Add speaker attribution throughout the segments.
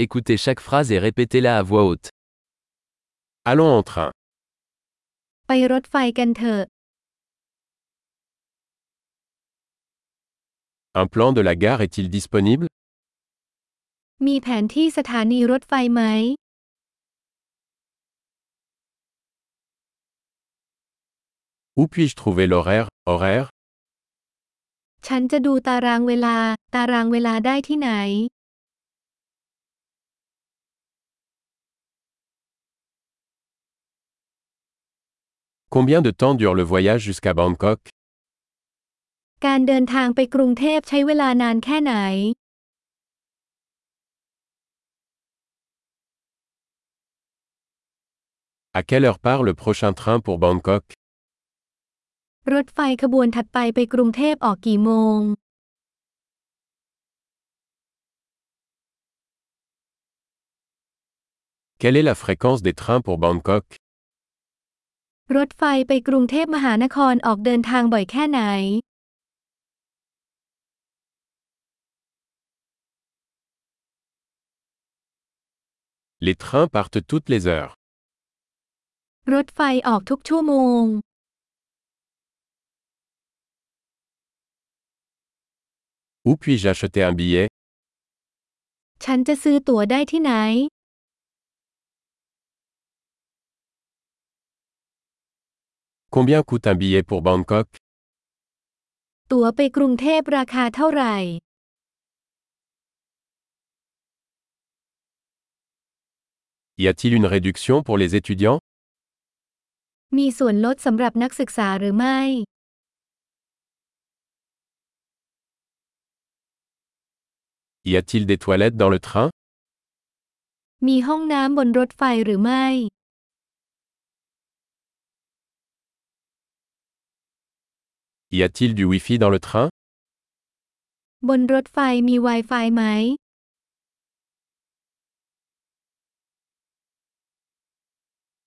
Speaker 1: Écoutez chaque phrase et répétez-la à voix haute.
Speaker 2: Allons en train.
Speaker 3: ไปรถไฟกันเถอะ
Speaker 2: Un plan de la gare est-il disponible
Speaker 3: มีแผนที่สถานีรถไฟไหม
Speaker 2: Où puis-je trouver l'horaire Horaire
Speaker 3: ฉันจะดูตารางเวลา ตารางเวลาได้ที่ไหน
Speaker 2: Combien de temps dure le voyage jusqu'à Bangkok
Speaker 3: การเดินทางไปกรุงเทพใช้เวลานานแค่ไหน
Speaker 2: À quelle heure part le prochain train pour Bangkok
Speaker 3: รถไฟขบวนถัดไปไปกรุงเทพออกกี่โมง
Speaker 2: Quelle est la fréquence des trains pour Bangkok
Speaker 3: รถไฟไปกรุงเทพมหานครออกเดินทางบ่อยแค่ไหน
Speaker 2: Les trains partent toutes les heures.
Speaker 3: รถไฟออกทุกชั่วโมง
Speaker 2: Où puis-je acheter un billet
Speaker 3: ฉันจะซื้อตั๋วได้ที่ไหน
Speaker 2: Combien coûte un billet pour Bangkok
Speaker 3: ตั๋วไปกรุงเทพราคาเท่าไหร่
Speaker 2: Y a-t-il une réduction pour les étudiants
Speaker 3: มีส่วนลดสำหรับนักศึกษาหรือไม่
Speaker 2: Y a-t-il des toilettes dans le train
Speaker 3: มีห้องน้ำบนรถไฟหรือไม่
Speaker 2: Y a-t-il du Wi-Fi dans le train
Speaker 3: บนรถไฟมี Wi-Fi ไหม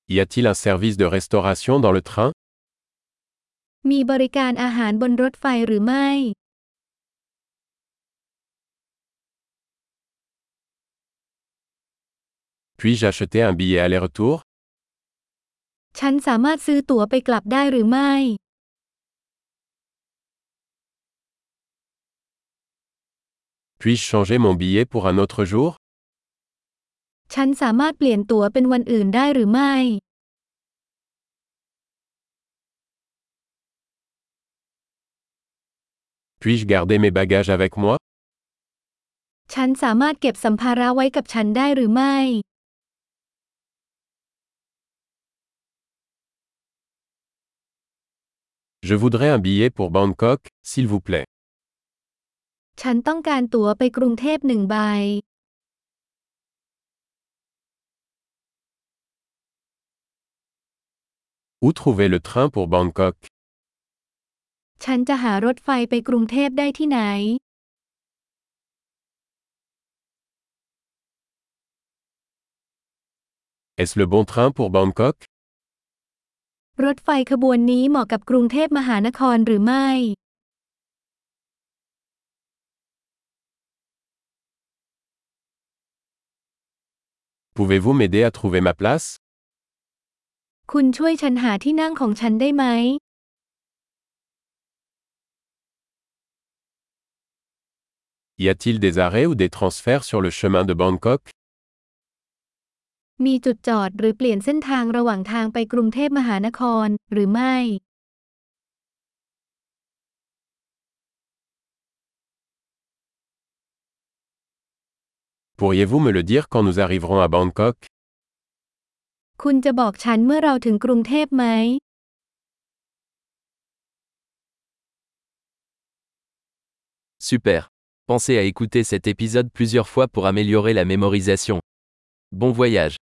Speaker 2: Y a-t-il un service de restauration dans le train
Speaker 3: มีบริการอาหารบนรถไฟหรือไม่
Speaker 2: Puis-je acheter un billet aller-retour
Speaker 3: ฉันสามารถซื้อตั๋วไปกลับได้หรือไม่
Speaker 2: Puis-je changer mon billet pour un autre jour
Speaker 3: ฉันสามารถเปลี่ยนตั๋วเป็นวันอื่นได้หรือไม่
Speaker 2: Puis-je garder mes bagages avec moi
Speaker 3: ฉันสามารถเก็บสัมภาระไว้กับฉันได้หรือไม่
Speaker 2: Je voudrais un billet pour Bangkok, s'il vous plaît.
Speaker 3: ฉันต้องการตั๋วไปกรุงเทพหนึ่งใบ
Speaker 2: Où trouver le train pour Bangkok
Speaker 3: ฉันจะหารถไฟไปกรุงเทพได้ที่ไหน
Speaker 2: Est-ce le bon train pour Bangkok
Speaker 3: รถไฟขบวนนี้เหมาะกับกรุงเทพมหานครหรือไม่
Speaker 2: Pouvez-vous m'aider à trouver ma place
Speaker 3: คุณช่วยฉันหาที่นั่งของฉันได้ไหม
Speaker 2: Y a-t-il des arrêts ou des transferts sur le chemin de Bangkok
Speaker 3: มีจุดจอดหรือเปลี่ยนเส้นทางระหว่างทางไปกรุงเทพมหานครหรือไม่
Speaker 2: Pourriez-vous me le dire quand nous arriverons à Bangkok
Speaker 3: คุณจะบอกฉันเมื่อเราถึงกรุงเทพไหม
Speaker 1: Super. Pensez à écouter cet épisode plusieurs fois pour améliorer la mémorisation. Bon voyage.